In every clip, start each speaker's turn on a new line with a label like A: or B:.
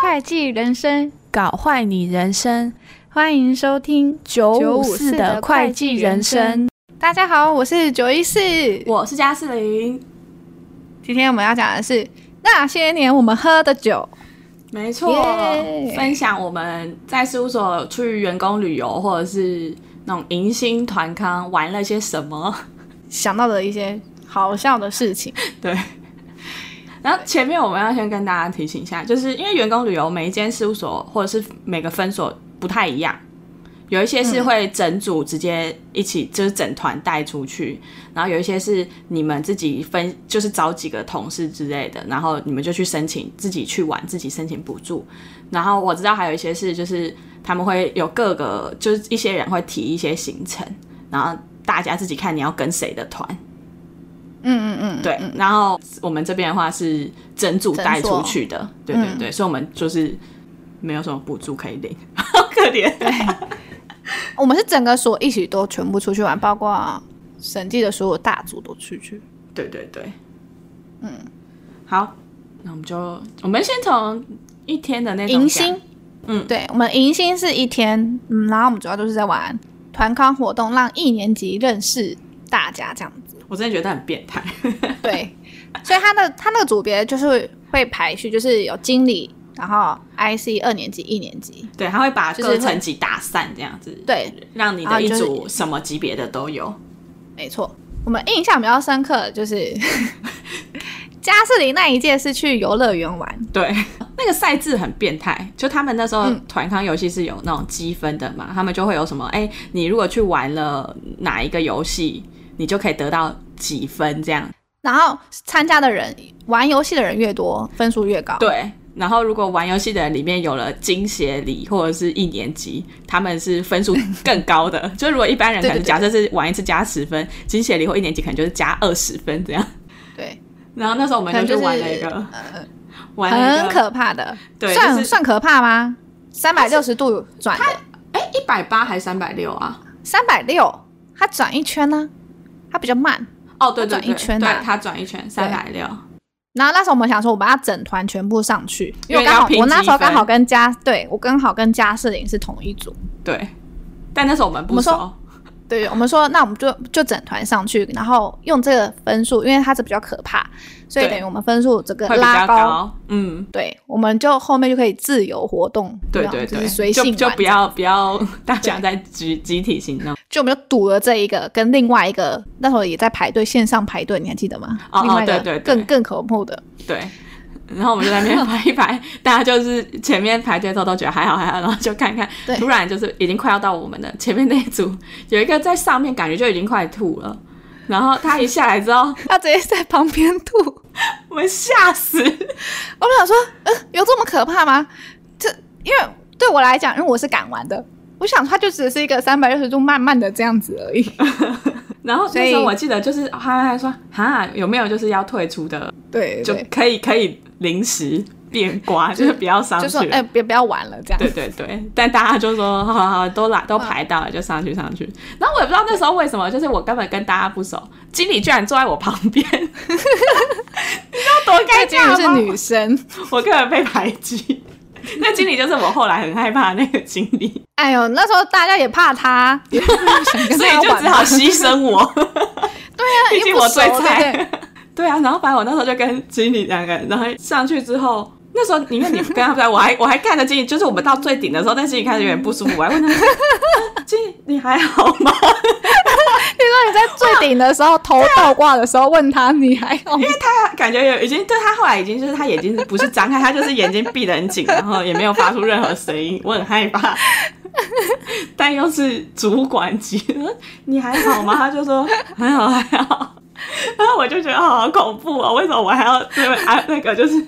A: 会计人生，
B: 搞坏你人生
A: 欢迎收听。
B: 九
A: 五
B: 五
A: 四
B: 四
A: 的
B: 的
A: 会
B: 会
A: 计
B: 计
A: 人
B: 人
A: 生
B: 生。
A: 大家好，我是九一四。
B: 我是嘉四零，
A: 今天我们要讲的是那些年我们喝的酒。
B: 没错
A: 耶
B: 分享我们在事务所出去员工旅游，或者是那种迎新团康玩了些什么。
A: 想到的一些好笑的事情。
B: 对。然后前面我们要先跟大家提醒一下，就是因为员工旅游每一间事务所或者是每个分所不太一样，
A: 嗯
B: 有一些是会整组直接一起，就是整团带出去，然后有一些是你们自己分，就是找几个同事之类的，然后你们就去申请，自己去玩，自己申请补助。然后我知道还有一些是就是他们会有各个，就是一些人会提一些行程，然后大家自己看你要跟谁的团。
A: 嗯嗯嗯，
B: 对，然后我们这边的话是整组带出去的，对对
A: 嗯
B: 对，所以我们就是没有什么补助可以领， 好可怜。
A: 我们是整个所一起都全部出去玩，包括审计的所有大组都出去。
B: 对对对，嗯，好，那我们就我们先从一天的那种
A: 迎
B: 讲
A: 新，嗯，对，我们迎新是一天，嗯，然后我们主要就是在玩团康活动，让一年级认识大家这样子。
B: 我真的觉得很 变态。
A: 对，所以他的他那个组别就是会排序，就是有经理，然后 IC 二年级、一年级，
B: 对，他会把
A: 就是会
B: 各层级打散这样子，
A: 对，
B: 让你
A: 然
B: 的
A: 后
B: 一
A: 就是
B: 组什么级别的都 有。
A: 没错，我们印象比较深刻的就是 加士林那一届是去游乐园玩，
B: 对，那个赛制很变态，就他们那时候
A: 嗯
B: 团康游戏是有那种积分的嘛，他们就会有什么，哎、你如果去玩了哪一个游戏，你就可以得到几分这样。
A: 然后参加的人玩游戏的人越多，分数越高。
B: 对，然后如果玩游戏的人里面有了金协理或者是一年级，他们是分数更高的。 就如果一般人可
A: 对
B: 能
A: 对对
B: 假设是玩一次加十分，金协理或一年级可能就是加二十分这样。
A: 对，
B: 然后那时候我们
A: 可能
B: 去
A: 就是呃
B: 玩了一个，玩了一
A: 很
B: 个
A: 可怕的，
B: 对
A: 算、
B: 就是
A: 算可怕吗？三百六十度转的，
B: 哎一百八还三百六啊？
A: 三百六，它转一圈呢、它比较慢。
B: 哦，对对
A: 转一
B: 对，
A: 圈
B: 对
A: 啊
B: 他转一圈三百六。
A: 然后那时候我们想说，我们要整团全部上去，因为
B: 因为
A: 刚好
B: 要拼
A: 我那时候
B: 积分
A: 刚好跟加，对我刚好跟加士林是同一组，
B: 对，但那时候我们
A: 我
B: 不
A: 们说
B: 熟，
A: 对，我们说那我们就就整团上去，然后用这个分数，因为它是比较可怕，所以
B: 对
A: 等于我们分数整个
B: 会比
A: 拉
B: 较高。嗯，
A: 对，我们就后面就可以自由活动，
B: 对
A: 有没有
B: 对
A: 就
B: 对，
A: 是随
B: 就
A: 性
B: 就
A: 玩
B: 不要不要大家在集集体行动。
A: 就我们就赌了这一个跟另外一个，那时候也在排队线上排队，你还记得吗？
B: 哦哦
A: 另外一个
B: 对对对
A: 更更恐怖的，
B: 对，然后我们就在那 边排一排，大家就是前面排队的时候都觉得还好还好，然后就看看
A: 对，
B: 突然就是已经快要到我们的前面那一组，有一个在上面感觉就已经快吐了，然后他一下来之后，
A: 他直接在旁边吐，我
B: 我们吓死。
A: 们想说，嗯，有这么可怕吗？这因为对我来讲，因为我是敢玩的，我想它就只是一个三百六十度慢慢的这样子而 已。
B: 然后
A: 所
B: 那
A: 以
B: 时候我记得就是他还说哈有没有就是要退出的，
A: 对，
B: 就
A: 对
B: 可以可以临时变瓜，就是不要上去
A: 就
B: 了。
A: 说，哎、别不要玩了，这样。
B: 对对对，但大家就说好好好，都来都排到了，就上去上去。然后我也不知道那时候为什么，就是我根本跟大家不熟，经理居然坐在我旁边， 你知道多尴
A: 毕竟
B: 尬吗？
A: 是女生，
B: 我根本被排挤。那经理就是我后来很害怕的那个经 理，
A: 哎呦，那时候大家也怕 她，也不想跟
B: 所以
A: 她
B: 就
A: 玩
B: 只 好
A: 嘛。
B: 牺牲我。
A: 对啊，
B: 毕
A: 又
B: 竟
A: 不
B: 我
A: 熟
B: 最菜
A: 对不对
B: 对啊，然后反正我那时候就跟经理两个人，然后上去之后，那时候你看你跟他们在，我还我还看着经理，就是我们到最顶的时候，但是你开始有点不舒服，我还问他说啊 经理你还好吗？
A: 你说你在 最顶的时候，头倒挂的时候问她你还好吗？
B: 他感觉有已经，对他后来已经就是他眼睛不是张开，他就是眼睛闭得很紧，然后也没有发出任何声音，我很害怕。但又是主管级，你还好吗？他就说还好还好。然后我就觉得好恐怖哦，为什么我还要那个啊那个就是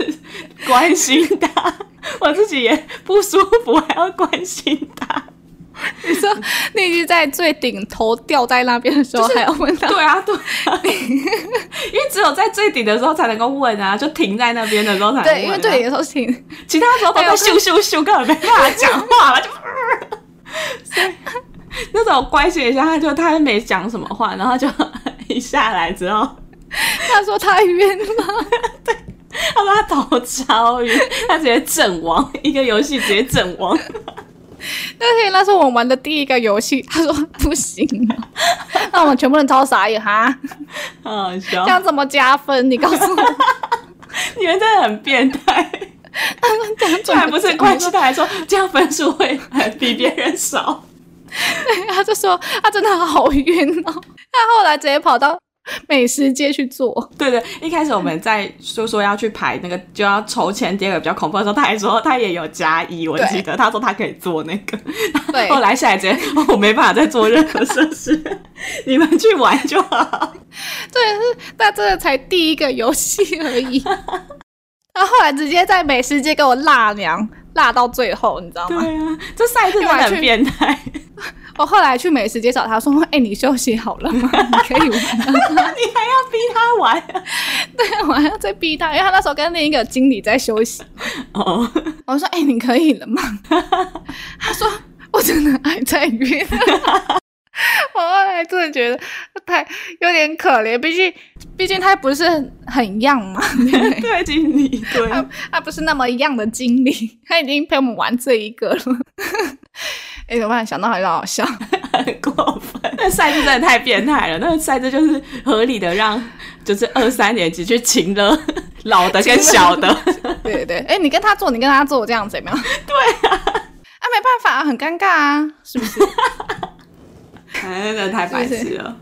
B: 关心他？我自己也不舒服，还要关心他。
A: 你说你已经在最顶，头掉在那边的时候，还要问她。
B: 对啊，对啊因为只有在最顶的时候才能够问啊，就停在那边的时候才能问、啊。
A: 对，因为对你的时候 挺，
B: 其他时候都在咻咻咻，根本没办法讲话 了，就。 那种关心一下，他就他就没讲什么话，然后就一下来之后，
A: 他说他晕了，
B: 他说他头超晕，他直接阵亡，一个游戏直接阵亡。
A: 那天那是我们玩的第一个游戏，他说不行 了，那我们全部人超傻眼哈，
B: 啊好好笑
A: 这，样怎么加分？你告诉我，
B: 你们真的很变态。
A: 这样
B: 这
A: 怎
B: 还
A: 么
B: 不是
A: 关
B: 关系，他还说这样分数会很比别人 少。
A: 他就说他真的好晕哦，他后来直接跑到美食街去做，
B: 对对，一开始我们在说说要去排那个就要筹钱第二个比较恐怖的时候，他还说他也有加一，我
A: 对
B: 记得他说他可以做那个。
A: 对
B: 后来下来直接、哦 我没办法再做任何设施， 你们去玩就好。
A: 那真的才第一个游戏而 已。他后来直接在美食街给我辣娘，辣到最后，你知道
B: 对
A: 吗？
B: 啊，这赛制真的很变态。
A: 我后来去美食街找他说：“哎、你休息好了吗？你可以玩。”
B: 你还要逼他玩
A: 对，我还要再逼他，因为他那时候跟另一个经理在休息。
B: 哦，
A: 我说：“哎、你可以了吗？” 他说：“我真的还在晕。” 我后来真的觉得太有点可怜，毕竟毕竟他不是很很样嘛，
B: 对，经理对，
A: 他他不是那么一样的经理，他已经陪我们玩这一个了。哎、怎么办？想到还是好笑。
B: 很过分。那赛制真的太变态了，那个赛制就是合理的让就是二三年级去请了 老的跟小的，
A: 对对对，哎、你跟他做，你跟他做，这样怎么样？对啊，啊，没办法啊，很尴尬啊，是不是？
B: 哎真的太白痴了。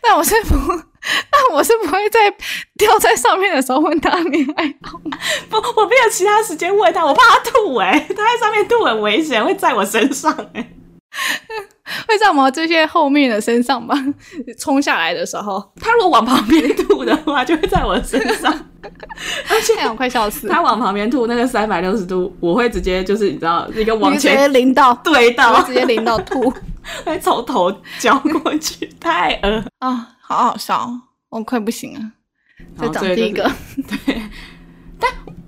A: 但我是不，但我是不会在掉在上面的时候问他你还好吗。
B: 不，我没有其他时间喂他，我怕他吐哎、他在上面吐很危险，会在我身上哎、
A: 会在我们这些后面的身 上吧，冲下来的时候，
B: 他如果往旁边吐的话，就会在我身上。 而且
A: 哎呀，我快笑死了，
B: 他往旁边吐，那个三百六十度，我会直接就是你知道一个
A: 你
B: 往
A: 就直
B: 前
A: 接淋到，
B: 对
A: 我
B: 到
A: 会直，接淋到吐
B: 会从头浇过去，太恶。
A: 啊，好好笑哦，我快不行了。再
B: 好
A: 讲
B: 这个
A: 第一
B: 就
A: 个，
B: 是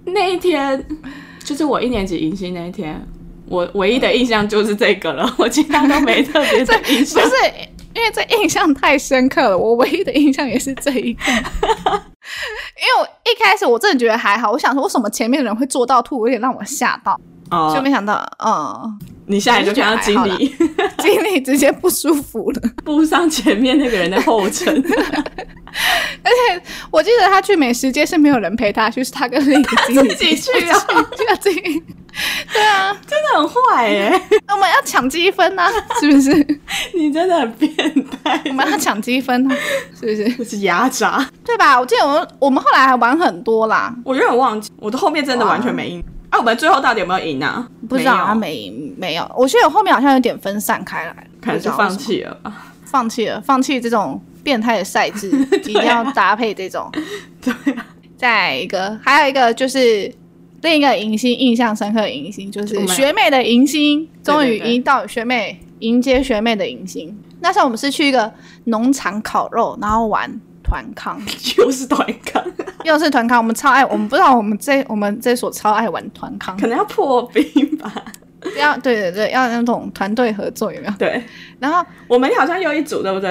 B: 那一天就是我一年级迎新那一天，我唯一的印象就是这个了，我其他都没特 别的印
A: 不
B: 象。
A: 是因为这印象太深刻了，我唯一的印象也是这一个。因为我一开始我真的觉得还好，我想说为什么前面的人会做到吐，有点让我吓到，啊就
B: 哦，
A: 没想到，嗯，
B: 你下来就看到经理
A: 经理直接不舒服了。
B: 步上前面那个人的后 尘。
A: 我记得他去美食街是没有人陪他去，是他跟另一个 经理
B: 自己去啊
A: 他自己。对啊，
B: 真的很坏耶、
A: 我们要抢积分呐、是不是？
B: 你真的很变态
A: 我，们要抢积分呐、是不是？
B: 这是压榨。
A: 对吧？我记得我们我们后来还玩很多啦，
B: 我有点忘记，我的后面真的完全没赢。啊，我们最后到底有没有赢啊？
A: 不知道啊，
B: 没
A: 没没有。我记得我后面好像有点分散开来，
B: 有，可能
A: 不知
B: 是
A: 道为
B: 放
A: 什么
B: 弃了吧。
A: 放弃了，放弃这种变态的赛 制，一定要搭配这种。
B: 啊对啊，
A: 再一个，还有一个就是另一个迎新印象深刻的迎新，就
B: 我
A: 是
B: 们
A: 学妹的迎新，终于
B: 对对
A: 迎到学妹迎接学妹的迎新。那时候我们是去一个农场烤肉，然后玩团康，
B: 又是短杠，
A: 又是团康，我们超爱，我们不知道我们这我们这所超爱玩团 康
B: 可，能要破冰吧。
A: 要对对对，要那种团队合作有没有？
B: 对，
A: 然后
B: 我们好像又一组，对不对？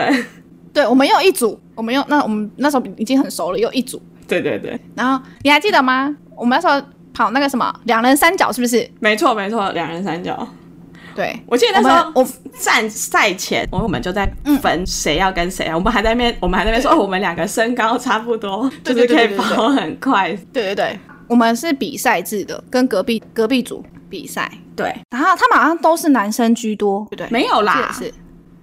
A: 对我们又一组，我们又那我们那时候已经很熟了，又一组。
B: 对对对，
A: 然后你还记得吗？我们那时候跑那个什么两人三角是不是？
B: 没错没错，两人三角。
A: 对，
B: 我记得
A: 我
B: 那时
A: 们嗯
B: 候
A: 我
B: 战赛前，我们就在分谁要跟谁啊。我们还在那边，我们还在那边说，哦，我们两个身高差不多，
A: 对
B: 就
A: 对
B: 是可
A: 对
B: 以
A: 对对对
B: 跑很快。
A: 对对对，我们是比赛制的，跟隔壁隔壁组比赛，
B: 对，
A: 然后他们好像都是男生居多，对不对？
B: 没有
A: 我记得
B: 啦，
A: 是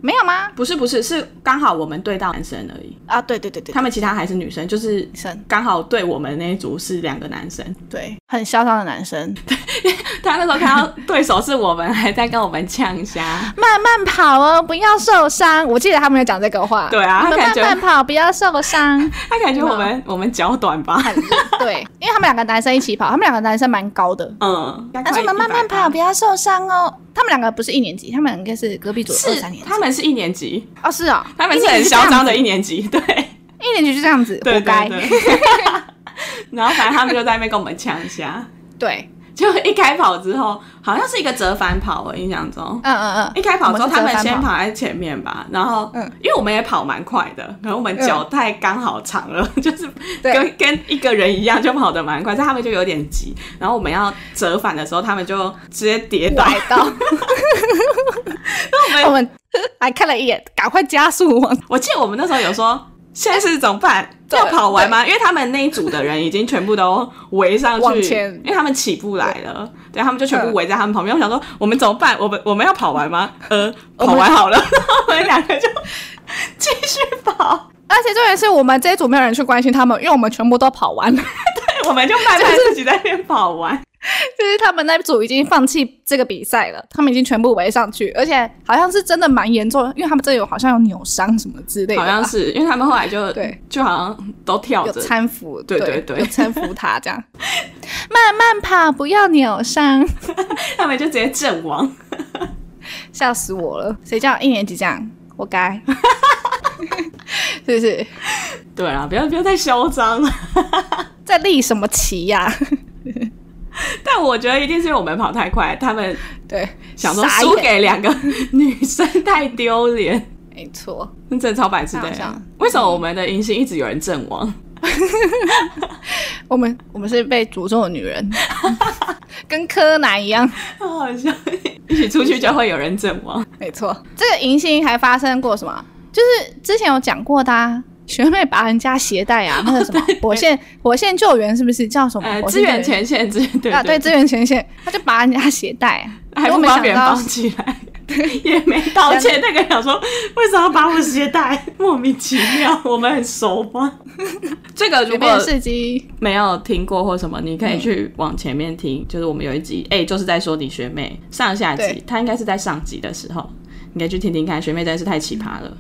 A: 没有吗？
B: 不是不是，是刚好我们对到男生而已，
A: 啊，对对对对，
B: 他们其他还是女生，就是
A: 男生
B: 刚好对我们那一组是两个男生。
A: 对，很嚣张的男生，
B: 他那时候看到对手是我们，还在跟我们呛 虾。
A: 慢慢跑哦，不要受伤。我记得他们有讲这个话，
B: 对啊
A: 你们
B: 他感
A: 慢
B: 觉
A: 慢跑，不要受伤。
B: 他感觉我们我们脚短吧？
A: 很对，因为他们两个男生一起跑，他们两个男生蛮高的。
B: 嗯，
A: 但是我们慢慢跑，不要受伤哦。他们两个不是一年级，他们应该是隔壁组二
B: 是
A: 三年级
B: 他们是一年级，
A: 哦，是哦，
B: 他们
A: 一
B: 是
A: 年
B: 很
A: 级就这
B: 嚣
A: 样
B: 张的
A: 子
B: 一年级，对
A: 一年级就这样子，活
B: 对
A: 该。
B: 对对。然后反正他们就在那边跟我们呛虾，
A: 对，
B: 就一开跑之后，好像是一个折返跑，我印象中。
A: 嗯嗯嗯，
B: 一开跑之后，
A: 我们是
B: 他
A: 折
B: 们
A: 返
B: 先
A: 跑
B: 跑在前面吧，然后，
A: 嗯
B: 因为我们也跑蛮快的，可能我们脚太刚好长了， 就是
A: 对
B: 跟跟一个人一样，就跑得蛮快，但他们就有点急，然后我们要折返的时候，他们就直接跌倒，
A: 拐到， 我们还看了一眼，赶快加速往
B: 我记得我们那时候有说，现在是怎么办？
A: 对
B: 要跑完吗？因为他们那一组的人已经全部都围上
A: 往
B: 去，
A: 前
B: 因为他们起不来了，对他们就全部围在他们旁边。我想说，我们怎么办？我们我们要跑完吗？呃，
A: 我
B: 跑
A: 们
B: 完好了， 然后我们两个就继续跑，
A: 而且重点是我们这一组没有人去关心他们，因为我们全部都跑完了，
B: 对，我们就慢慢自己在那边跑完。
A: 就是他们那组已经放弃这个比赛了，他们已经全部围上去，而且好像是真的蛮严重的，因为他们真的有好像有扭伤什么之类的
B: 好
A: 吧，
B: 像是，因为他们后来就
A: 啊对
B: 就好像都跳
A: 有
B: 着。
A: 搀扶，
B: 对对对
A: 有搀扶他 这样，慢慢跑，不要扭伤，
B: 他们就直接阵亡，
A: 吓死我了，谁叫一年级这样，活 该，是不是
B: 对啊，不要不要太嚣张 了。
A: 在立什么旗呀、
B: 但我觉得一定是因为我们跑太快，他们
A: 对，
B: 想说
A: 傻
B: 输
A: 眼
B: 给两个女生太丢脸，
A: 没错，
B: 真的超白痴
A: 那好
B: 的欸
A: 像。
B: 为什么我们的银星一直有人阵亡？
A: 我们我们是被诅咒的女 人，跟柯南一样。
B: 好好笑，一起出去就会有人阵 亡。
A: 没错，这个迎新还发生过什么？就是之前有讲过的、啊，学妹拔人家鞋带啊，那个什 么火线火线救援是不是叫什么？
B: 呃，
A: 火
B: 支
A: 线救
B: 援前线，支援对
A: 啊，对，支援前线，他就拔人家鞋带啊，
B: 还
A: 结
B: 不
A: 果没
B: 帮别
A: 想
B: 人
A: 到
B: 绑起来，也没道歉。那个人想说，为什么要把我鞋 带？莫名其妙，我们很熟吗？ 这个
A: 里
B: 如
A: 面
B: 果
A: 的司机
B: 没有听过或什么，你可以
A: 嗯
B: 去往前面听，就是我们有一集，哎、就是在说你学妹上下集
A: 对，
B: 她应该是在上集的时候，你可以去听听看，学妹真的是太奇葩了。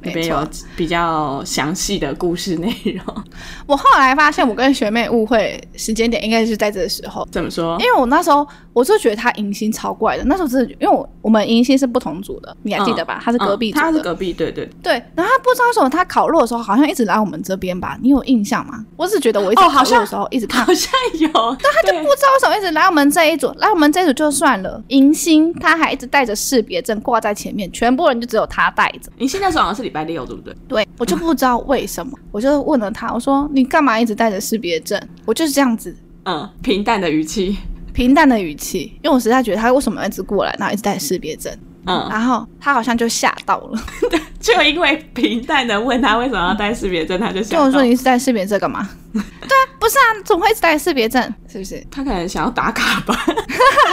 B: 那边
A: 没错
B: 有比较详细的故事内容，
A: 我后来发现，我跟学妹误会时间点应该是在这个时候，
B: 怎么说
A: 因？为我那时候我就觉得他迎新超怪的，那时候真的觉得，因为我我们迎新是不同组的，你还记得吧？他是隔壁
B: 嗯
A: 组的，
B: 她是隔壁，对对对。
A: 对，然后他不知道为什么他烤肉的时候好像一直来我们这边吧，你有印象吗？我只觉得我一直
B: 哦好
A: 烤
B: 像
A: 肉的时候一直 看，
B: 好像有，但他就
A: 不知道为什么一直来我们这一组，来我们这一组就算了，迎新他还一直带着识别证挂在前面，全部人就只有他带着。
B: 你现在说好像是礼拜六，对不对？
A: 对我就不知道为什 么，我就问了他，我说你干嘛一直带着识别证？我就是这样子
B: 嗯，平淡的语气，
A: 平淡的语气，因为我实在觉得他为什么一直过来，然后一直带着识别证，
B: 嗯，
A: 然后他好像就吓到了，
B: 就因为平淡的问他为什么要带识别证，他就
A: 就
B: 想
A: 我说你是带识别证干 嘛？对啊，不是啊，怎么会一直带识别证？是不是？
B: 他可能想要打卡吧。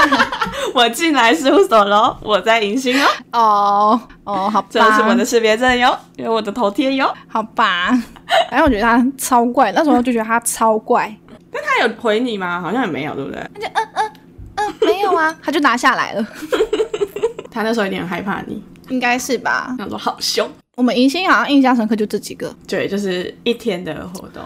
B: 我进来事务所喽，我在迎新哦，
A: 哦哦，好吧，
B: 这是我的识别证哟，有我的头贴哟。
A: 好吧。反正我觉得他超怪，那时候就觉得他超 怪。
B: 但他有回你吗？好像也没有，对不对？
A: 嗯，没有啊，他就拿下来了，
B: 他那时候有点害怕你，
A: 应该是吧？
B: 想说好凶。
A: 我们迎新好像印象深刻就这几个，
B: 对，就是一天的活动，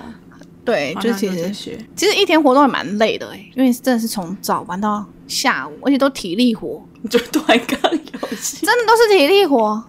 A: 对，哦就其
B: 是
A: 实
B: 学。
A: 其实一天活动也蛮累的哎、因为真的是从早玩到下午，而且都体力活，
B: 就断杠游戏，
A: 真的都是体力活，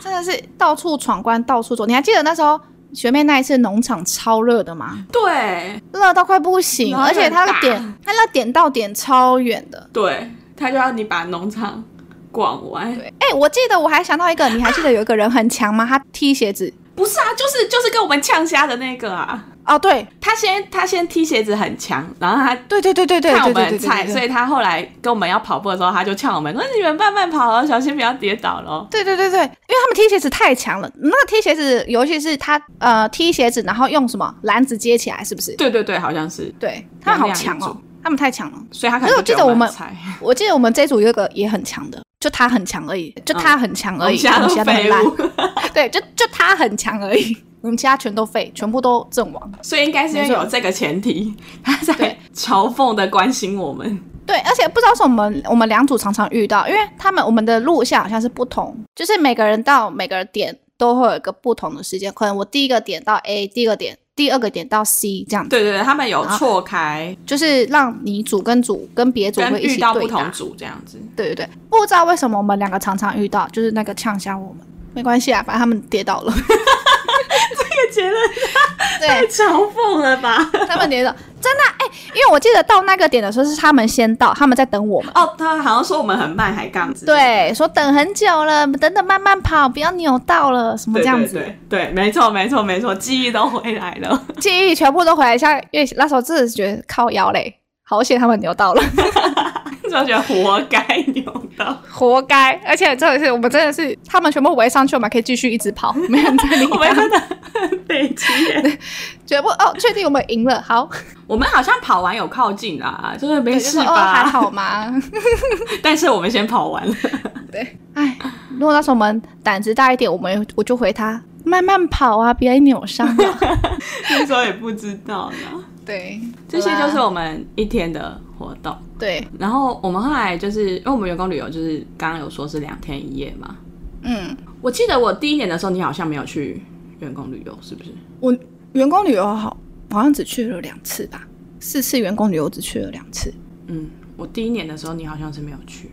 A: 真的是到处闯关，到处走。你还记得那时候学妹那一次农场超热的吗？
B: 对
A: 热到快不行，
B: 然后
A: 而且它
B: 又
A: 的
B: 很大
A: 点，它那点到点超远的。
B: 对，他就要你把农场逛完。
A: 对，哎、我记得我还想到一个，你还记得有一个人很强吗？他踢鞋子。
B: 不是啊，就是就是跟我们呛虾的那个啊，
A: 哦，对，
B: 他先他先踢鞋子很强，然后他
A: 对对对对对，
B: 看我
A: 对
B: 们
A: 对对
B: 很菜，所
A: 对
B: 以他后来跟我们要跑步的时候，他就呛我们说：“你们慢慢跑哦，小心不要跌倒喽。
A: 对对对对，因为他们踢鞋子太强了。那个踢鞋子，尤其是他呃踢鞋子，然后用什么篮子接起来，是不”是？
B: 对对对，好像是，
A: 对，他们好强
B: 两两一
A: 哦
B: 组，
A: 他们太强了。
B: 所以他
A: 可
B: 可
A: 是
B: 能
A: 我记
B: 就觉
A: 得
B: 得
A: 我
B: 我
A: 们
B: 很菜，
A: 我记得我们这组有一个也很强的，就他很强而已，就他很强
B: 哦
A: 而
B: 我们
A: 已，
B: 其 他
A: 我们
B: 都
A: 其他都很
B: 废
A: 烂。
B: 物，
A: 对，就就他很强而已，我们其他全都废，全部都阵亡。
B: 所以应该是因为
A: 没错
B: 有这个前提，他才
A: 对
B: 嘲讽的关心我们。
A: 对，而且不知道为什么我们我们两组常常遇到，因为他们我们的路线好像是不同，就是每个人到每个点都会有一个不同的时间，可能我第一个点到 A，第一个点，第二个点到 C 这样子，
B: 对对对，他们有
A: 好
B: 错开，
A: 就是让你组跟组跟别组
B: 跟
A: 会一
B: 遇
A: 起
B: 到
A: 对
B: 不同
A: 打。
B: 组这样子。
A: 对对对，不知道为什么我们两个常常遇到，就是那个呛瞎我们。没关系啊，反正他们跌倒 了，
B: 这个结论
A: 对
B: 嘲讽了吧？
A: 他们跌倒，真的哎、因为我记得到那个点的时候是他们先到，他们在等我们。
B: 哦，他好像说我们很慢，还杠子。
A: 对，说等很久了，等等慢慢跑，不要扭到了，什么
B: 对，
A: 这样子，
B: 对对对，没错没错没错，记忆都回来了。
A: 记忆全部都回来一下。因为那时候真的是觉得靠腰嘞，好险他们扭到了，
B: 就觉得活该扭
A: 哎
B: 到，
A: 活该。而且真的是我们真的是他们全部围上去，我们还可以继续一直跑，没人在 理
B: 我们
A: 他们。
B: 真的很悲戚耶。
A: 全部哦，确定我们赢了，好，
B: 我们好像跑完有靠近啦，就是没
A: 对就
B: 事
A: 说哦还
B: 吧？
A: 好吗？
B: 但是我们先跑 完了。
A: 对，哎，如果那时候我们胆子大一点，我们我就回他慢慢跑啊，别扭伤了。
B: 那时候也不知道呢。
A: 对，
B: 啊这些
A: 好
B: 就
A: 啦
B: 是我们一天的活动。
A: 对，
B: 然后我们后来就是因为我们员工旅游，就是刚刚有说是两天一夜嘛。
A: 嗯，
B: 我记得我第一年的时候，你好像没有去员工旅游，是不是？
A: 我员工旅游好好像只去了两次吧，四次员工旅游只去了两次。
B: 嗯，我第一年的时候你好像是没有去，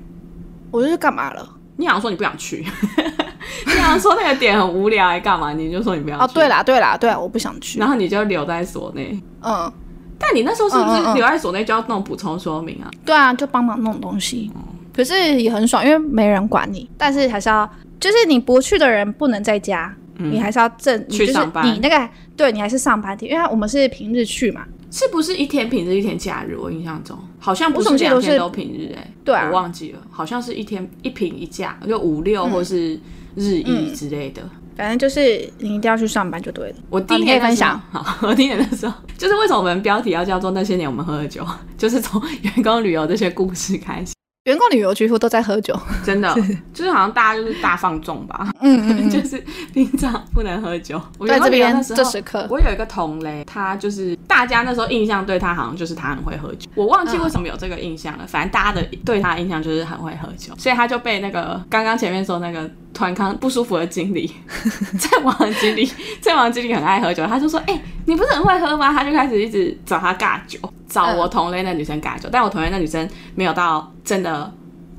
A: 我就是干嘛了？
B: 你好像说你不想去， 你好像说那个点很无聊，还干嘛？你就说你不要
A: 哦，
B: 去。
A: 对啦，对啦，对啦，我不想去。
B: 然后你就留在所内。
A: 嗯，
B: 但你那时候是不
A: 嗯嗯
B: 是
A: 嗯
B: 留在所内就要弄补充说明啊？
A: 对啊，就帮忙弄东西，可是也很爽，因为没人管你，但是还是要，就是你不去的人不能在家，你还是要正，你
B: 去
A: 就是
B: 上班
A: 你那个，对你还是上班的，因为我们是平日去嘛，
B: 是不是一天平日一天假日？我印象中好像不
A: 我怎
B: 是
A: 么记得
B: 两天
A: 是
B: 都平日哎、
A: 对啊
B: 我忘记了，好像是一天一平一假，就五六
A: 嗯
B: 或是日一之类的。
A: 反正就是你一定要去上班就对了。
B: 我第一
A: 哦你
B: 年
A: 可以
B: 的时候
A: 分，
B: 好，我第一年的时候，就是为什么我们标题要叫做那些年我们喝的酒， 就是从员工旅游这些故事开始，
A: 员工旅游几乎都在喝酒，
B: 真的就是好像大家就是大放纵吧，
A: 嗯 嗯，
B: 就是平常不能喝酒。我
A: 在
B: 员
A: 这
B: 工旅游
A: 边
B: 那时候
A: 这时刻，
B: 我有一个同类，他就是大家那时候印象对他好像就是他很会喝酒，我忘记为什么有这个印
A: 嗯
B: 象了。反正大家的对他的印象就是很会喝酒，所以他就被那个刚刚前面说那个团康不舒服的经 理，阵亡的经理，阵亡的经理很爱喝酒，他就说：“哎、你不是很会喝吗？”他就开始一直找他尬酒，找我同类那女生尬酒，但我同类那女生没有到真的。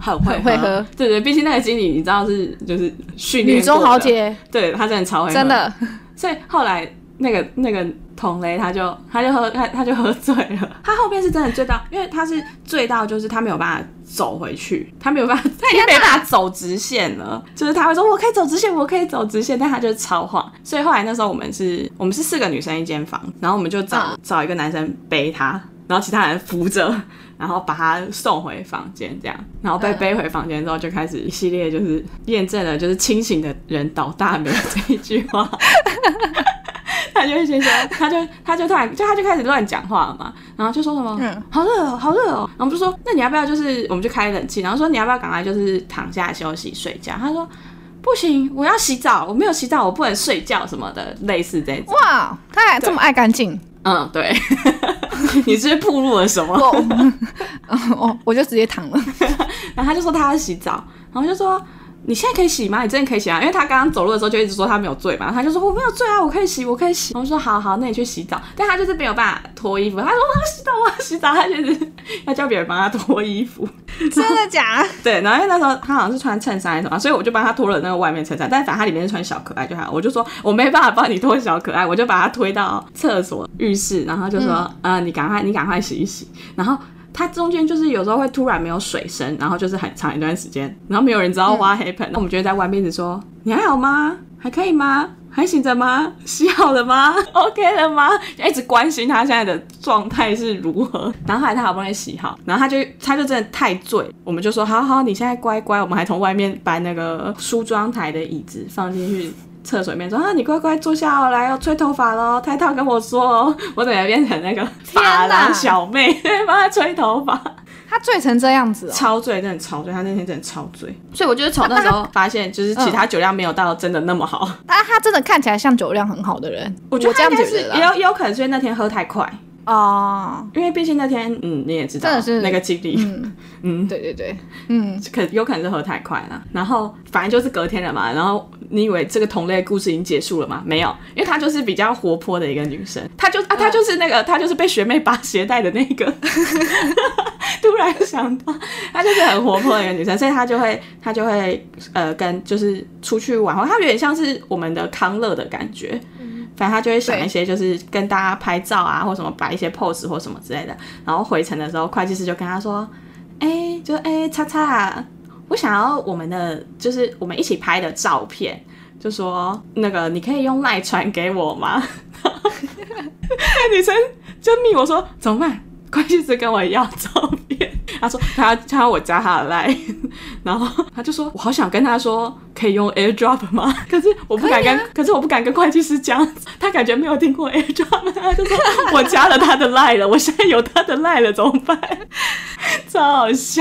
B: 很会
A: 很会喝
B: 对对，毕竟那个经理你知道是就是训练
A: 女中
B: 过的
A: 豪，杰，
B: 对他真的超会喝，
A: 真的，
B: 所以后来那个那个同雷他就他就喝他他就喝醉 了，他后面是真的醉到，因为他是醉到就是他没有办法走回去，他没有办法， 他已经没办法走直线了，就是他会说我可以走直线，我可以走直线，但他就是超晃，所以后来那时候我们是我们是四个女生一间房，然后我们就找、找一个男生背他，然后其他人扶着。 然后把他送回房间，这样，然后被
A: 嗯
B: 背回房间之后，就开始一系列就是验证了就是清醒的人倒大霉这一句话。他就会先说，他就他就突然就他就开始乱讲话嘛，然后就说什么，
A: 嗯
B: 好热哦，好热哦，然后我们就说，那你要不要就是我们就开冷气，然后说你要不要赶快就是躺下休息睡觉？他说不行，我要洗澡，我没有洗澡，我不能睡觉什么的，类似这种。
A: 哇，他还这么爱干净，
B: 嗯，对， 你是不是暴露了什么？
A: 我，哦， 我就直接躺了，
B: 然后他就说他要洗澡，然后就说你现在可以洗吗？你真的可以洗吗？因为他刚刚走路的时候就一直说他没有醉嘛，他就说我没有醉啊，我可以洗，我可以洗。我们说好好，那你去洗澡，但他就是没有办法脱衣服，他说我要洗澡，我要洗澡，他就是要叫别人帮他脱衣服。
A: 真的假？
B: 对，然后因为那时候他好像是穿衬衫还是什么，所以我就帮他脱了那个外面衬衫，但反正他里面是穿小可爱就好。我就说我没办法帮你脱小可爱，我就把他推到厕所浴室，然后就说、呃你赶快你赶快洗一洗，然后。他中间就是有时候会突然没有水声，然后就是很长一段时间，然后没有人知道 what happened，、那我们就会在外面一直说你还好吗？还可以吗？还醒着吗？ 洗好了吗 ？OK 了吗？就一直关心他现在的状态是如何。 然后后来他好不容易洗好，然后他就他就真的太醉，我们就说好好，你现在乖乖，我们还从外面把那个梳妆台的椅子放进去。厕所里面说啊，你乖乖坐下哦，来哦，吹头发喽，太太跟我说哦， 我怎么变成那个发廊
A: 哪
B: 小妹， 帮他吹头发，
A: 他醉成这样子哦，
B: 超醉，真的超醉，他那天真的超醉，所以我就是从那时候发现，就是其他酒量没有到真的那么好，
A: 但他真的看起来像酒量很好的人，嗯我
B: 我觉得
A: 这
B: 他
A: 样
B: 应该
A: 觉
B: 是
A: 得
B: 也
A: 啦
B: 有也有可能是因为那天喝太快，
A: 哦，
B: 因为毕竟那天嗯你也知道
A: 真的是
B: 那个经理，
A: 嗯
B: 嗯
A: 对对对，嗯，
B: 可有可能是喝太快了，然后反正就是隔天了嘛。然后你以为这个同类故事已经结束了吗？没有，因为她就是比较活泼的一个女生，她就啊，她就是那个，她就是被学妹拔鞋带的那个。 突然想到，她就是很活泼的一个女生，所以她就会她就会呃跟就是出去玩，她有点像是我们的康乐的感觉。反正他就会想一些就是跟大家拍照啊，或什么摆一些 pose 或什么之类的。然后回程的时候，会计师就跟他说：“哎、就哎、叉叉啊，我想要我们的就是我们一起拍的照片，就说那个你可以用赖传给我吗？”女生就密我说：“怎么办？”会计师跟我要照片，他说他要他要我加他的赖， 然后他就说：“我好想跟他说，可以用 AirDrop 吗？可是我不
A: 可
B: 敢
A: 以
B: 跟，
A: 啊
B: 可是我不敢跟会计师讲，他感觉没有听过 AirDrop，他就说我加了他的 line 了，我现在有他的 line 了，怎么办？超好笑，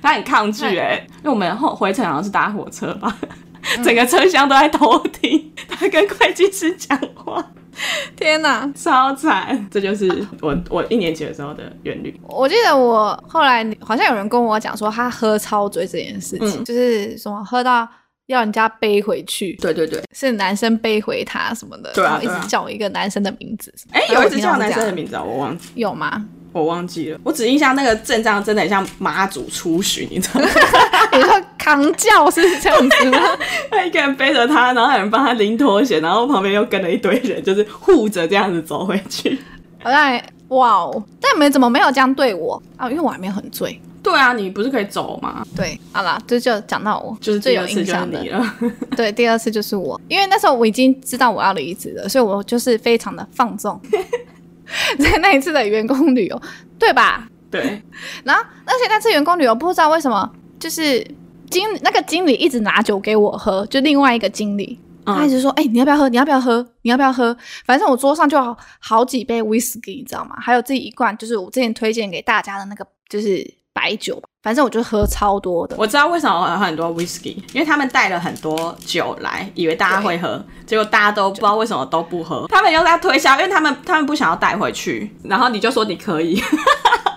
B: 他很抗拒哎、因为我们后回程好像是搭火车吧，整个车厢都在偷听他跟会计师讲话，
A: 天哪！
B: 超惨。这就是我我一年级的时候的原律，
A: 我记得我后来好像有人跟我讲说，他喝超醉这件事情，
B: 嗯
A: 就是什么喝到要人家背回去，
B: 对对对，
A: 是男生背回他什么的，
B: 对啊
A: 然后一
B: 对啊
A: 直叫一个男生的名字。
B: 哎、
A: 然后
B: 有
A: 我
B: 一直
A: 听
B: 叫
A: 到
B: 男
A: 是这
B: 生的
A: 样
B: 名字啊，我忘记
A: 有吗？
B: 我忘记了，我只印象那个阵仗真的很像妈祖出巡，你知道吗？
A: 你说扛轿是这样子吗？
B: 他一个人背着他，然后有人帮他拎拖鞋，然后旁边又跟了一堆人，就是护着这样子走回去。
A: 好像哇哦，但没怎么没有这样对我啊，因为我还没有很醉。
B: 对啊，你不是可以走吗？
A: 对，好啦，这就讲到我，
B: 就是
A: 最
B: 第
A: 有
B: 二次
A: 印
B: 就是
A: 象的
B: 你。了，
A: 对，第二次就是我，因为那时候我已经知道我要离职了，所以我就是非常的放纵， 在那一次的员工旅游，对吧？
B: 对，
A: 然后，而且那次员工旅游不知道为什么，就是经那个经理一直拿酒给我喝，就另外一个经理，他一
B: 嗯，
A: 直说：“哎、你要不要喝？你要不要喝？你要不要喝？”反正我桌上就好好几杯 whisky，你知道吗？还有自己一罐，就是我之前推荐给大家的那个，就是白酒吧。反正我就喝超多的。
B: 我知道为什么有很多 whisky，因为他们带了很多酒来，以为大家会喝，结果大家都不知道为什么都不喝。他们又在推销，因为他们他们不想要带回去，然后你就说你可以，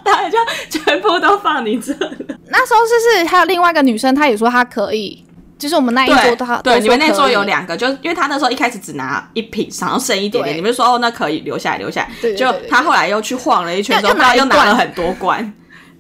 B: 他们就全部都放你这里。
A: 那时候就是还有另外一个女生，她也说她可以，就是我们那一桌
B: 对
A: 都她都
B: 对，
A: 说
B: 你们那
A: 可
B: 桌有
A: 以
B: 两个，就是因为他那时候一开始只拿一瓶，然后剩一点
A: 对
B: 点，你们就说哦那可以留下来留下来，
A: 对对
B: 就
A: 对对
B: 他后来又去晃了一圈之后，
A: 又又拿
B: 又
A: 一
B: 拿
A: 罐
B: 了很多罐，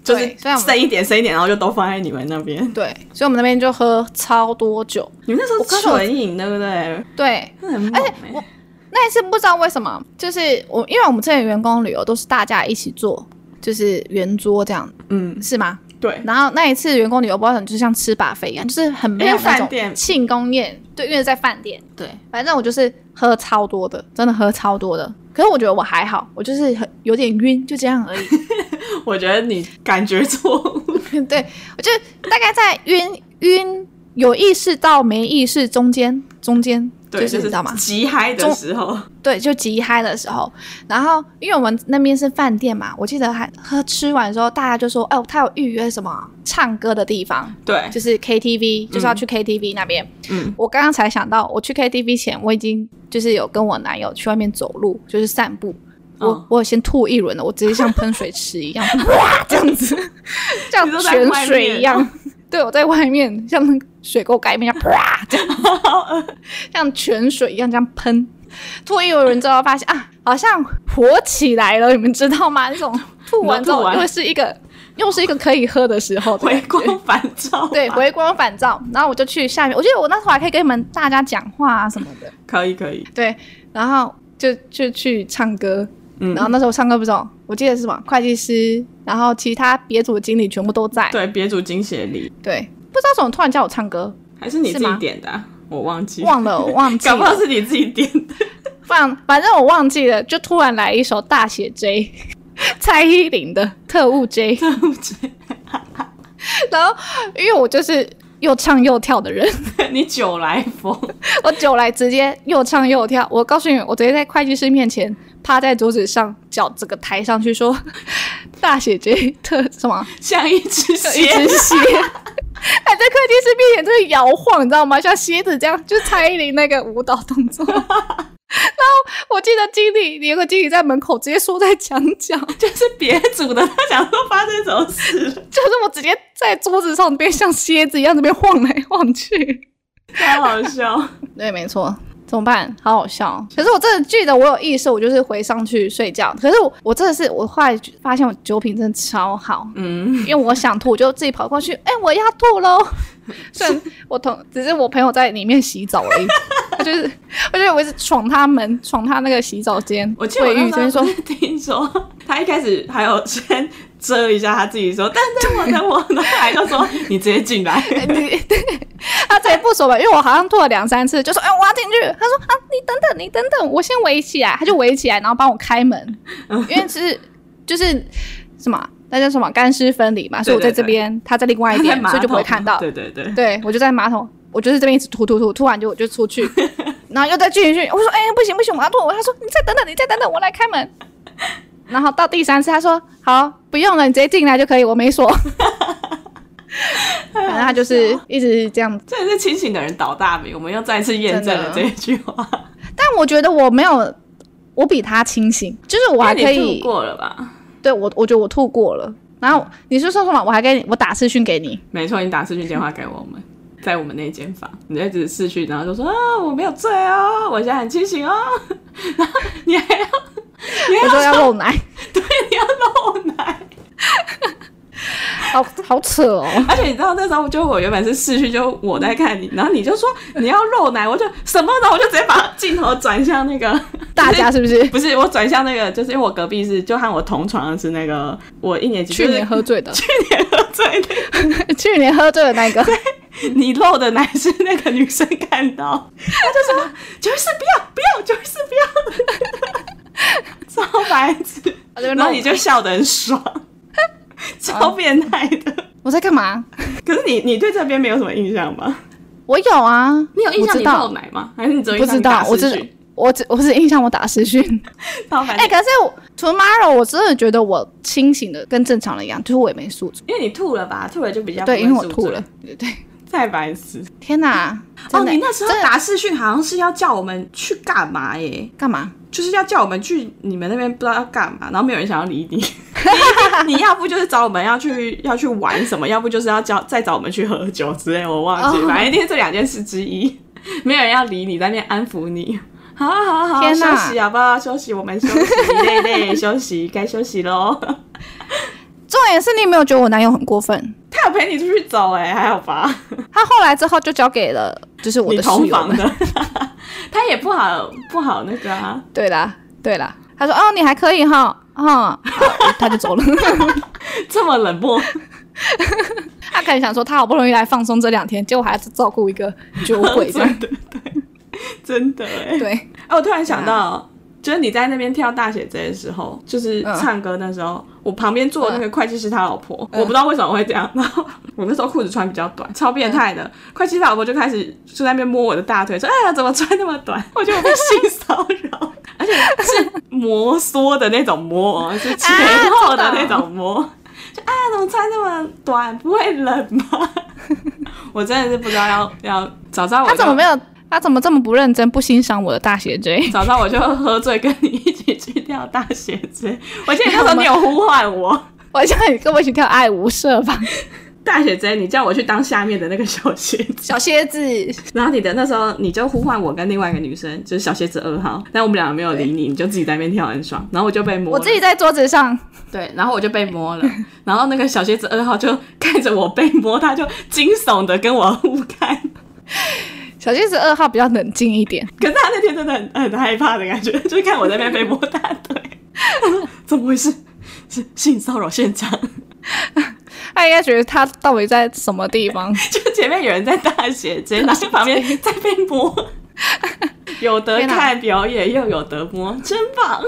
B: 就
A: 对
B: 是
A: 所以我们
B: 剩一点剩一点，然后就都放在你们那边。
A: 对，所以我们那边就喝超多酒。
B: 你们那时
A: 我
B: 候
A: 看
B: 是
A: 到
B: 纯饮对不对？
A: 对，
B: 那很猛哎、
A: 我那一次不知道为什么，就是我因为我们之前员工旅游都是大家一起做，就是圆桌这样，
B: 嗯，
A: 是吗？
B: 对，
A: 然后那一次员工旅游，不知道怎么就像吃把费一样，就是很没有
B: 因为
A: 那
B: 饭店
A: 种庆功宴。对，因为在饭店，
B: 对，
A: 反正我就是喝超多的，真的喝超多的。可是我觉得我还好，我就是很有点晕，就这样 而已。
B: 我觉得你感觉错 误，
A: 对，我就大概在晕晕有意识到没意识中间中间，
B: 对，
A: 是
B: 就
A: 你
B: 是
A: 知道吗？
B: 极嗨的
A: 中
B: 时候，
A: 对，就极嗨的时候，然后因为我们那边是饭店嘛，我记得还喝吃完之后，大家就说，哦，他有预约什么唱歌的地方，
B: 对，
A: 就是 KTV，就是要去 KTV 那边。
B: 嗯，
A: 我刚刚才想到，我去 KTV 前，我已经就是有跟我男友去外面走路，就是散步。我、
B: 嗯
A: 我有先吐一轮了，我直接像喷水池 一样，哇，这样子，像
B: 你都在
A: 泉
B: 外
A: 水
B: 面哦
A: 一样。 对，我在外面像那个水沟盖 面，啪，这样像泉水一样这样喷。吐一轮之后，发现啊，好像火起来了，你们知道吗？那 种吐完之
B: 吐
A: 后，
B: 完
A: 又是一个又是一个可以喝的时候的
B: 回
A: 感觉
B: 光返照吧，
A: 对，回光返照。然后我就去下面，我记得我那时候还可以跟你们大家讲话啊什么的。
B: 可以可以，
A: 对，然后就就去唱歌。
B: 嗯
A: 然后那时候唱歌不是有，我记得是什么会计师，然后其他别组的经理全部都在。
B: 对，别主金协力
A: 对不知道怎么突然叫我唱歌，
B: 还是你
A: 是
B: 自己
A: 吗
B: 点的啊、我忘记了
A: 忘了我忘记
B: 搞不好
A: 了，
B: 是你自己点的。
A: 反反正我忘记了，就突然来一首大写 J，蔡 依林的《特务 J》，然后因为我就是又唱又跳的人，
B: 你酒来疯，
A: 我酒来直接又唱又跳。我告诉你，我直接在会计师面前趴在桌子上，脚整个抬上去说：“ 大写 J 特什么
B: 像一只
A: 一
B: 蝎
A: 只
B: 子。
A: 蝎。”还在会计师面前就会摇晃，你知道吗？像蝎子这样，就是蔡依林那个舞蹈动作。 然后我记得经理有个经理在门口直接缩在墙角，
B: 就是别组的，他想说发生什么事了，
A: 就是我直接在桌子上边像蝎子一样这边晃来晃去。
B: 太好笑。
A: 对，没错。怎么办？好好笑。哦可是我真的记得我有意识，我就是回上去睡觉。可是我我真的是，我后来发现我酒品真的超好，
B: 嗯，
A: 因为我想吐，我就自己跑过 去，哎、我要吐喽。虽然我同只是我朋友在里面洗澡而已，我就是，我就是我一直闯他门，闯他那个洗澡间、
B: 我记得我
A: 卫浴
B: 那
A: 间，
B: 时
A: 说
B: 候听说 他一开始还有先遮一下他自己说，但等我等我，然后还 就说你直接进来，
A: 你， 他才不说吧，因为我好像吐了两三次，就说哎、我要进去。他说啊，你等等，你等等，我先围起来。他就围起来，然后帮我开门，
B: 嗯
A: 因为其实就是什么，那叫什么干湿分离嘛，所以我在
B: 对对
A: 这边，他在另外一 边，所以就不会看到。
B: 对对 对，
A: 对我就在马桶，我就是这边一直吐吐吐，吐完就我就出去，然后又再继续去。我说哎、不行不行，我要吐。他说你再等等，你再等等，我来开门。然后到第三次，他说好，不用了，你直接进来就可以，我没锁。反正他就是一直这样
B: 这也是清醒的人倒大霉。我们又再一次验证了这
A: 真
B: 一句话，
A: 但我觉得我没有，我比他清醒，就是我还
B: 因
A: 可
B: 为你
A: 以
B: 吐，过了吧？
A: 对我，我觉得我吐过了。然后你是说什么？我还给你，我打视讯给你，
B: 没错，你打视讯电话给我们，在我们那间房，你就一直视讯，然后就说啊，我没有醉哦，我现在很清醒哦， 然后你还要
A: 我说要露奶，
B: 你要露奶。
A: 好好扯哦。
B: 而且你知道那时候，就我原本是视讯，就我在看你，然后你就说你要露奶，我就什么呢？我就直接把镜头转向那个
A: 大家是不是
B: 不是我转向那个，就是因为我隔壁是就和我同床的是那个我一年级
A: 去年喝醉的？
B: 醉
A: 去年喝醉的那个，
B: 你露的奶是那个女生看到，她就说九一四不要不要九一四不要，超白痴，
A: 我这边
B: 然后
A: 露
B: 你
A: 奶
B: 就笑得很爽， 超变态的。
A: 我在干嘛？
B: 可是你你对这边没有什么印象吗？
A: 我有啊，
B: 你有印
A: 我
B: 象
A: 知
B: 你
A: 道
B: 露，奶吗？还是你只有
A: 不
B: 印象
A: 知
B: 你打
A: 道，我
B: 视
A: 只
B: 讯
A: 我只我只印象我打视讯。
B: 超白
A: 哎、
B: 痴，
A: 可是我 tomorrow 我真的觉得我清醒的跟正常人一样，就是我也没宿醉。
B: 因为你吐了吧？吐了就比较
A: 对，
B: 不会
A: 因为我
B: 宿
A: 吐
B: 醉
A: 了，。对对，
B: 太白痴。
A: 天哪！
B: 哦，
A: 真的
B: 你那时候
A: 真的
B: 打视讯好像是要叫我们去干嘛耶？
A: 干嘛？
B: 就是要叫我们去你们那边不知道要干嘛，然后没有人想 要理你。你要不就是找我们要去要去玩什么，要不就是要叫再找我们去喝酒之类，我忘记
A: 哦
B: 反正一定是这两件事之一。没有人要理你，在那边安抚你。好啊好啊好啊，
A: 天
B: 休
A: 哪
B: 息好不好？休息，我们休息，累累，休息，该休息喽。
A: 重点是你有没有觉得我男友很过分？
B: 他有陪你出去走哎、还好吧？
A: 他后来之后就交给了就是我
B: 你
A: 的室
B: 同
A: 友
B: 房
A: 们。
B: 的， 他也不好不好那个啊。
A: 对啦，对啦，他说哦你还可以哈，哈、好他就走了。
B: 这么冷漠，
A: 他可能想说他好不容易来放松这两天，结果还是照顾一个酒鬼这样。
B: 真的对，真的哎、
A: 对，啊
B: 哦，我突然想到，就是你在那边跳大写这的时候，就是
A: 嗯
B: 唱歌那时候，我旁边坐的那个会计是他老婆，我不知道为什么会这样。然后我那时候裤子穿比较短，超
A: 嗯
B: 变态的。会计他老婆就开始就在那边摸我的大腿，说：“哎呀，怎么穿那么短？”我觉得我被性骚扰， 而且是摩挲的那种摸哦，是前
A: 啊
B: 后
A: 哦
B: 的那种摸。就哎呀，怎么穿那么短？不会冷吗？ 我真的是不知道要要，早知道我
A: 他
B: 就
A: 怎么没有？他怎么这么不认真，不欣赏我的大斜椎？
B: 早上我就喝醉跟你一起去跳大雪之，我记得那时候你有呼唤我。
A: 我叫你跟我一起跳《爱无赦》吧，
B: 大雪之，你叫我去当下面的那个小鞋子，
A: 小蝎子。
B: 然后你的那时候你就呼唤我跟另外一个女生，就是小鞋子二号，但我们两个没有理你，你就自己在那边跳很爽，然后我就被摸了，
A: 我自己在桌子上，
B: 对，然后我就被摸了，然后那个小鞋子二号就看着我被摸，他就惊悚的跟我互看，
A: 小蝎子二号比较冷静一点，
B: 可是他那天真的很很害怕的感觉，就是看我在那边被摸大腿， 他说怎么回事？是性骚扰现场。
A: 他应该觉得他到底在什么地 方？
B: 就前面有人在大写，直接拿去旁边在被摸， 有得看表演又有得摸，真棒！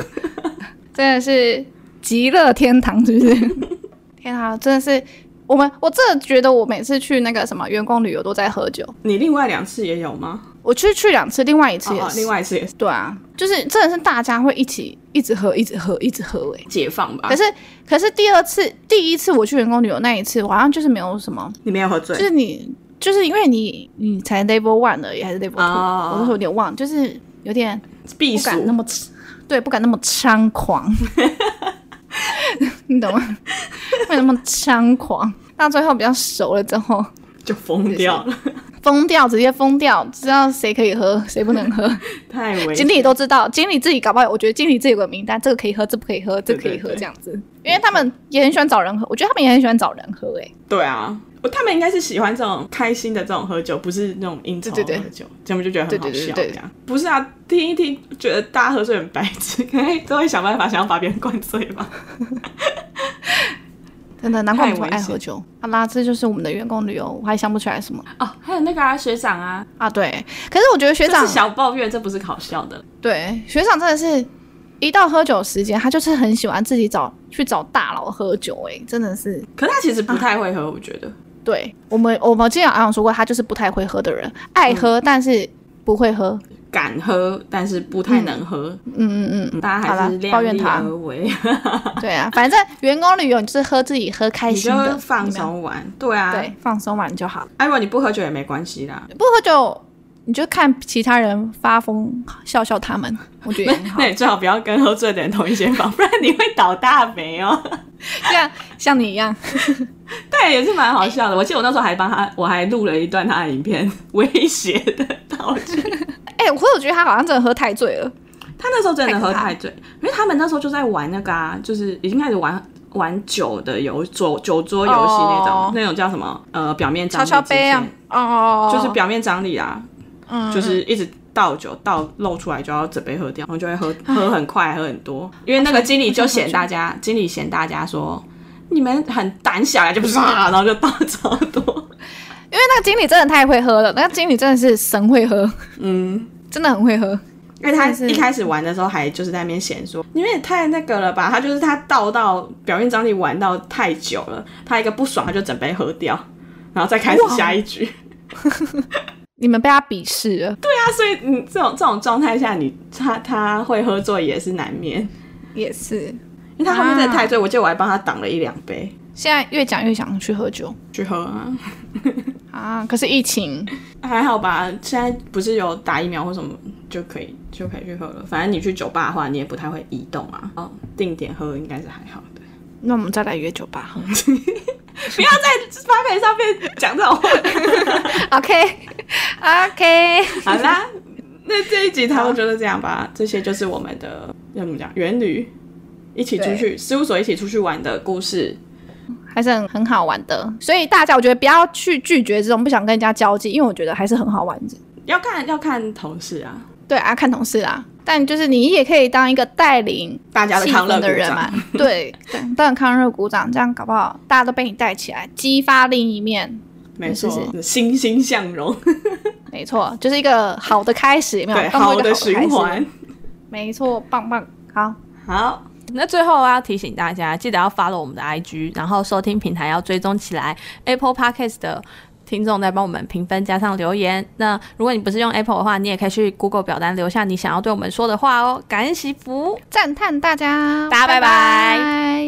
A: 真的是极乐天堂，是不是？ 天啊，真的是我们，我真的觉得我每次去那个什么员工旅游都在喝酒。
B: 你另外两次也有吗？
A: 我去去两次，另外一次也是，
B: 哦，另外一次也是
A: 对啊，就是真的是大家会一起一直喝，一直喝，一直喝、欸，
B: 解放吧
A: 可？是可是第二次，第一次我去员工旅游那一次，我好像就是没有什么，
B: 你没有喝
A: 就
B: 醉
A: 是你就是因为你你才 level one 而已，还是 level two，、
B: 哦
A: 我那时候有点忘，就是有点
B: 避
A: 不敢那
B: 暑，
A: 么猖对，不敢那么猖狂，你懂吗？不敢那么猖狂，到最后比较熟了之后，
B: 就疯掉 了，
A: 疯掉，直接疯掉，知道谁可以喝，谁不能喝，
B: 太危
A: 经
B: 险。
A: 理都知道，经理自己搞不好，我觉得经理自己有个名单，这个可以喝，这不可以喝，这
B: 对
A: 个可以喝
B: 对对
A: 这样子，因为他们也很喜欢找人喝，我觉得他们也很喜欢找人喝、欸，哎，
B: 对啊，我他们应该是喜欢这种开心的这种喝酒，不是那种应酬喝
A: 对
B: 酒，
A: 对对
B: 他们就觉得很好
A: 对
B: 笑
A: 对对对
B: 这样。不是啊，听一听觉得大家喝醉很白痴，可能都会想办法想要把别人灌醉吧。
A: 真的，难怪我们
B: 太
A: 这么
B: 危
A: 爱喝
B: 险
A: 酒。好啦，这就是我们的员工旅游，我还想不起来什么
B: 哦，还有那个啊，学长啊，
A: 啊。对，可是我觉得学
B: 这
A: 长
B: 是小抱怨，这不是搞笑的。
A: 对学长真的是，一到喝酒时间，他就是很喜欢自己找去找大佬喝酒、欸，哎，真的是。
B: 可他其实不太会喝，我觉得。
A: 对我们，我们之前好像有说过，他就是不太会喝的人，爱喝、
B: 嗯
A: 但是不会喝。
B: 敢喝，但是不太能喝。
A: 嗯嗯嗯。
B: 嗯大家
A: 好啦
B: 还是
A: 抱
B: 量
A: 怨
B: 力
A: 他
B: 而为，
A: 对啊，反正员工旅游你就是喝自己喝开
B: 你
A: 心
B: 就
A: 的，
B: 放
A: 有没有，
B: 松玩。对啊，
A: 对，放松完就好。
B: 哎，如果你不喝酒也没关系啦，
A: 不喝酒，你就看其他人发疯，笑笑他们，我 觉得也很好
B: 那。你最好不要跟喝醉的人同一间房，不然你会倒大霉哦。
A: 像像你一样，
B: 对，也是蛮好笑的。我记得我那时候还帮他，我还录了一段他的影片，威胁的道具。
A: 哎、我我觉得他好像真的喝太醉了。
B: 他那时候真的喝
A: 太可怕
B: 太醉，因为他们那时候就在玩那个啊，就是已经开始玩。玩酒的游酒酒桌游戏那种
A: 哦
B: 那种叫什么？呃，表面张
A: 敲
B: 力
A: 敲
B: 之
A: 杯啊
B: 前，
A: 哦，
B: 就是表面张力啊，
A: 嗯
B: 就是一直倒酒倒漏出来就要整杯喝掉，然后就会 喝喝很快，喝很多。因为那个经理就嫌大家，经理嫌大家说你们很胆小呀，就不是啊，然后就倒超多。
A: 因为那个经理真的太会喝了，那个经理真的是神会喝，
B: 嗯，
A: 真的很会喝。
B: 因为
A: 真
B: 他
A: 的是
B: 一开始玩的时候还就是在那边嫌说你们也太那个了吧，他就是他倒到表面张力玩到太久了，他一个不爽他就整杯喝掉，然后再开始下一局。
A: 你们被他鄙视了，
B: 那啊所以你这种这种状态下，你他他会喝醉也是难免，
A: 也是。
B: 因为他后面真的太醉，我记得我还帮他挡了一两杯。
A: 现在越讲越想去喝酒
B: 去喝啊，
A: 啊！可是疫情，
B: 还好吧。现在不是有打疫苗或什么就可以就可以去喝了。反正你去酒吧的话，你也不太会移动啊。哦，定点喝应该是还好的。
A: 那我们再来约酒吧 喝。
B: 不要在发配上面讲这种话。
A: OK OK，
B: 好啦， 那这一集差不多就是这样吧。这些就是我们的要怎么讲，元旅一起出去事务所一起出去玩的故事。
A: 还是很很好玩的。所以大家，我觉得不要去拒绝这种不想跟人家交际，因为我觉得还是很好玩的。
B: 要看要看同事啊，
A: 对啊，看同事啊，但就是你也可以当一个带领
B: 大家的
A: 气
B: 康乐
A: 氛的
B: 鼓
A: 人
B: 掌
A: 嘛，啊 对，当当然康热鼓掌，这样搞不好大家都被你带起来，激发另一面。
B: 没错
A: 是，
B: 欣欣向荣，
A: 没错，就是一个好的开始，有没有？
B: 对，
A: 当做一个
B: 的
A: 好的开
B: 循
A: 始
B: 环。
A: 没错，棒棒，好，
B: 好，那最后要提醒大家，记得要 follow 我们的 IG，然后收听平台要追踪起来。Apple Podcast 的听众在帮我们评分加上留言。那如果你不是用 Apple 的话，你也可以去 Google 表单留下你想要对我们说的话哦。感恩惜福。
A: 赞叹大家，
B: 大家拜拜
A: 拜